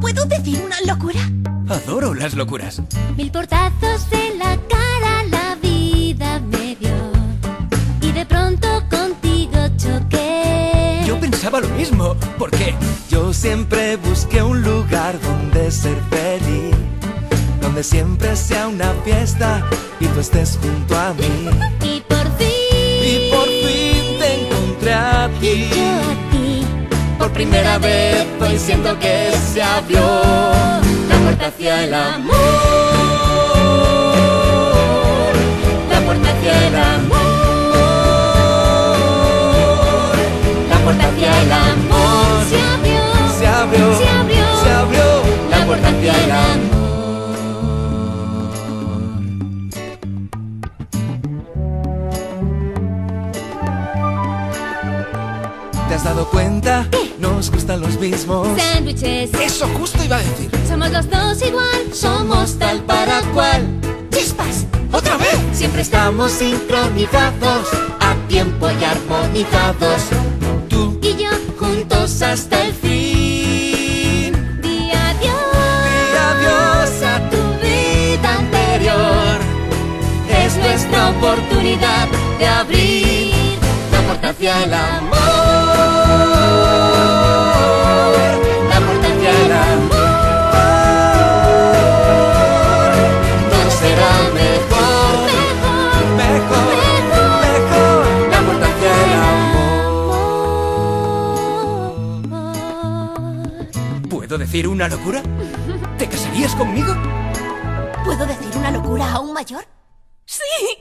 ¿Puedo decir una locura? Adoro las locuras. Mil portazos en la cara la vida me dio. Y de pronto contigo choqué. Yo pensaba lo mismo. ¿Por qué? Yo siempre busqué un lugar donde ser feliz, donde siempre sea una fiesta y tú estés junto a mí. Y por fin. Y por fin te encontré a Y ti. yo a ti. Por primera vez hoy siento que se abrió la puerta hacia el amor. La puerta hacia el amor. La puerta hacia el amor. Se abrió. Se abrió. Se abrió. Se abrió. La puerta hacia el amor. amor. ¿Te has dado cuenta? Nos gustan los mismos. Sándwiches. Eso justo iba a decir. Somos los dos igual. Somos tal para cual. Chispas. ¡Otra vez! Siempre Estamos sincronizados, a tiempo y armonizados. Tú y yo juntos hasta el fin. Di adiós Y adiós a tu vida anterior. Es nuestra oportunidad de abrir la puerta hacia el amor. La puerta hacia el amor. Todo será mejor, mejor, mejor, mejor. mejor. La puerta hacia el ¿Puedo decir una locura? ¿Te casarías conmigo? ¿Puedo decir una locura aún mayor? Sí.